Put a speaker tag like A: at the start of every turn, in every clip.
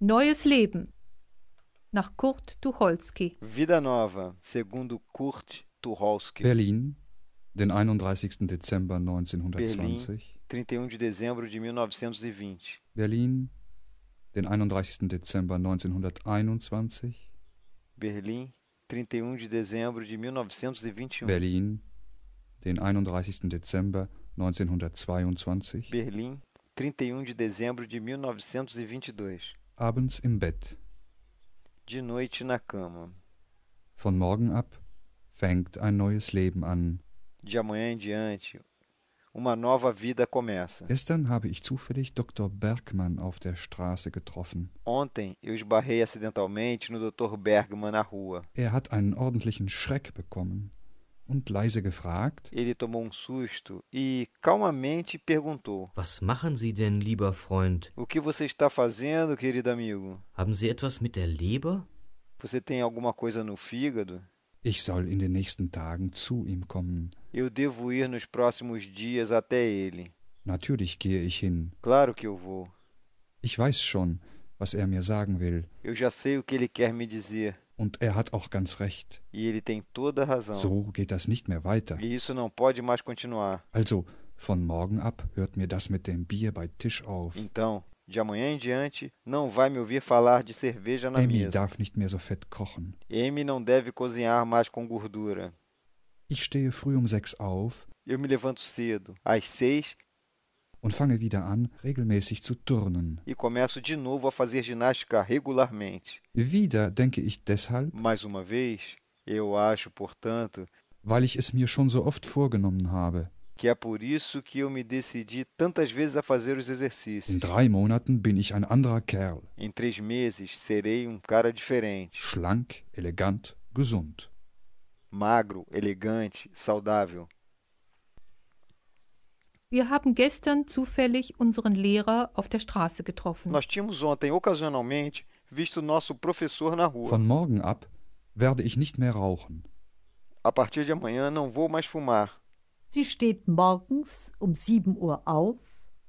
A: Neues Leben nach Kurt Tucholsky.
B: Vida Nova, segundo Kurt Tucholsky.
C: Berlin, den 31. Dezember 1920.
B: Berlim, 31 de dezembro de 1920.
C: Berlin, den 31. Dezember 1921.
B: Berlim, 31 de dezembro de 1921.
C: Berlin, den 31. Dezember 1922.
B: Berlim, 31 de dezembro de 1922.
C: Abends im Bett.
B: De noite na cama.
C: Von morgen ab fängt ein neues Leben an.
B: De amanhã em diante, uma nova vida começa.
C: Gestern habe ich zufällig Dr. Bergmann auf der Straße getroffen.
B: Ontem eu esbarrei acidentalmente no Dr. Bergman na rua.
C: Er hat einen ordentlichen Schreck bekommen und leise gefragt,
B: Ele tomou um susto e calmamente perguntou:
D: Was machen Sie denn, lieber Freund?
B: O que você está fazendo, querido amigo?
D: Haben Sie etwas mit der Leber?
B: Você tem alguma coisa no fígado?
C: ich soll in den nächsten Tagen zu ihm kommen.
B: Eu devo ir nos próximos dias até ele.
C: Natürlich gehe ich hin.
B: Claro que eu vou.
C: Ich weiß schon, was er mir sagen will,
B: Eu já sei o que ele quer me dizer.
C: und er hat auch ganz recht.
B: E ele tem toda a razão.
C: So geht das nicht mehr weiter.
B: E isso não pode mais continuar.
C: Also, von morgen ab hört mir das mit dem Bier bei Tisch auf.
B: Então, de amanhã em diante, não vai me ouvir falar de cerveja na
C: Emmy
B: mesa.
C: darf nicht mehr so fett kochen.
B: Amy não deve cozinhar mais com gordura.
C: Ich stehe früh um sechs auf
B: Eu me levanto cedo, às seis,
C: und fange wieder an, regelmäßig zu turnen.
B: e começo de novo a fazer ginástica regularmente.
C: Wieder denke ich deshalb,
B: Mais uma vez, eu acho, portanto,
C: weil ich es mir schon so oft vorgenommen habe.
B: que é por isso que eu me decidi tantas vezes a fazer os exercícios.
C: In drei Monaten bin ich ein anderer Kerl.
B: Em três meses serei um cara diferente,
C: Schlank, elegant, gesund.
B: magro, elegante, saudável.
A: Wir haben gestern zufällig unseren Lehrer auf der Straße getroffen.
B: Nós tínhamos ontem, ocasionalmente, visto nosso professor na rua.
C: Von morgen ab werde ich nicht mehr rauchen.
B: A partir de amanhã não vou mais fumar.
E: Sie steht morgens um 7 Uhr auf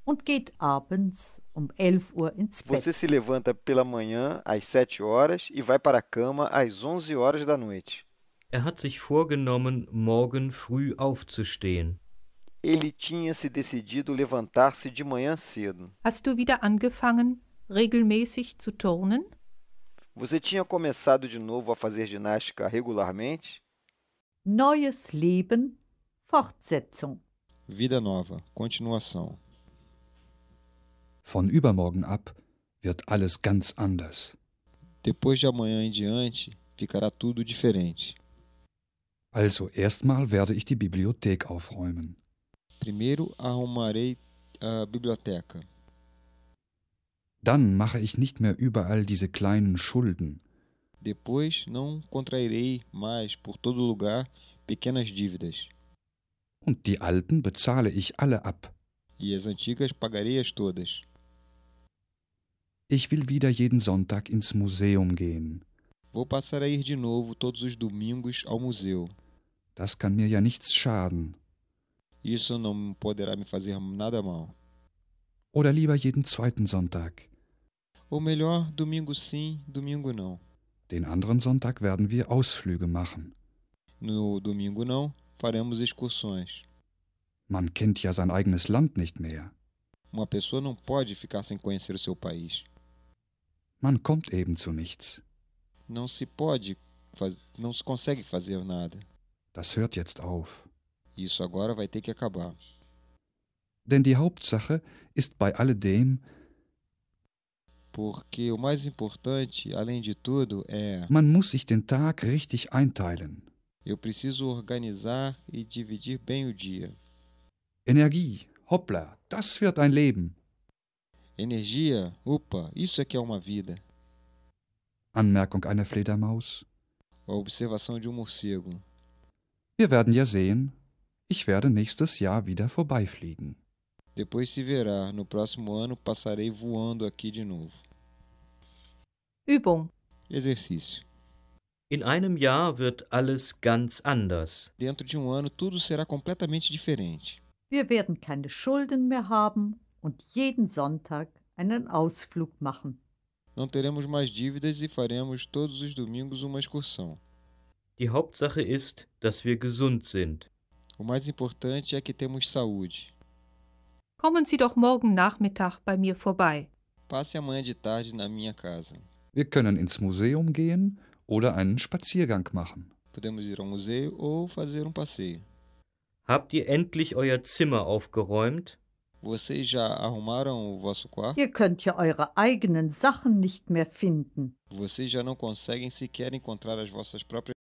E: und geht abends um 11 Uhr ins Bett.
B: Você se levanta pela manhã às 7 horas e vai para a cama às 11 horas da noite.
D: Er hat sich vorgenommen, morgen früh aufzustehen.
B: Ele tinha se decidido levantar-se de manhã cedo.
A: Hast du wieder angefangen, regelmäßig zu turnen?
B: Você tinha começado de novo a fazer ginástica regularmente?
E: Neues Leben, Fortsetzung.
B: Vida nova, continuação.
C: Von übermorgen ab wird alles ganz anders.
B: Depois de amanhã em diante, ficará tudo diferente.
C: Also erstmal werde ich die Bibliothek aufräumen.
B: Primeiro arrumarei a biblioteca.
C: Dann mache ich nicht mehr überall diese kleinen Schulden.
B: Depois não contrairei mais por todo lugar pequenas dívidas,
C: Und die alten bezahle ich alle ab.
B: e as antigas pagarei as todas.
C: Ich will wieder jeden Sonntag ins Museum gehen.
B: Vou passar a ir de novo todos os domingos ao museu.
C: Das kann mir ja nichts schaden.
B: Isso não poderá me fazer nada mal.
C: Oder lieber jeden zweiten Sonntag.
B: Ou melhor, domingo sim, domingo não.
C: Den anderen Sonntag werden wir Ausflüge machen.
B: No domingo não, faremos excursões.
C: Man kennt ja sein eigenes Land nicht mehr.
B: Uma pessoa não pode ficar sem conhecer o seu país.
C: Man kommt eben zu nichts.
B: Não se pode, faz... não se consegue fazer nada.
C: Das hört jetzt auf.
B: Isso agora vai ter que acabar.
C: Denn die Hauptsache ist bei alledem,
B: Porque o mais importante, além de tudo, é
C: man muss sich den Tag richtig einteilen.
B: eu preciso organizar e dividir bem o dia.
C: Energie, hoppla, das wird ein Leben.
B: Energia, opa, isso é que é uma vida.
C: Anmerkung einer Fledermaus.
B: A observação de um morcego.
C: Wir werden ja sehen. Ich werde nächstes Jahr wieder vorbeifliegen.
B: Depois se verá, no próximo ano passarei voando aqui de novo.
A: Übung.
B: Exercício.
D: In einem Jahr wird alles ganz anders.
B: Dentro de um ano tudo será completamente diferente.
E: Wir werden keine Schulden mehr haben und jeden Sonntag einen Ausflug machen.
B: Não teremos mais dívidas e faremos todos os domingos uma excursão.
D: Die Hauptsache ist, dass wir gesund sind.
B: O mais importante é que temos saúde.
A: Kommen Sie doch morgen Nachmittag bei mir vorbei.
B: Passe amanhã de tarde na minha casa.
C: Wir können ins Museum gehen oder einen Spaziergang machen.
B: Podemos ir ao museu ou fazer um passeio.
D: Habt ihr endlich euer Zimmer aufgeräumt?
B: Vocês já arrumaram o vosso quarto?
E: Ihr könnt ja eure eigenen Sachen nicht mehr finden.
B: Vocês já não conseguem sequer encontrar as vossas próprias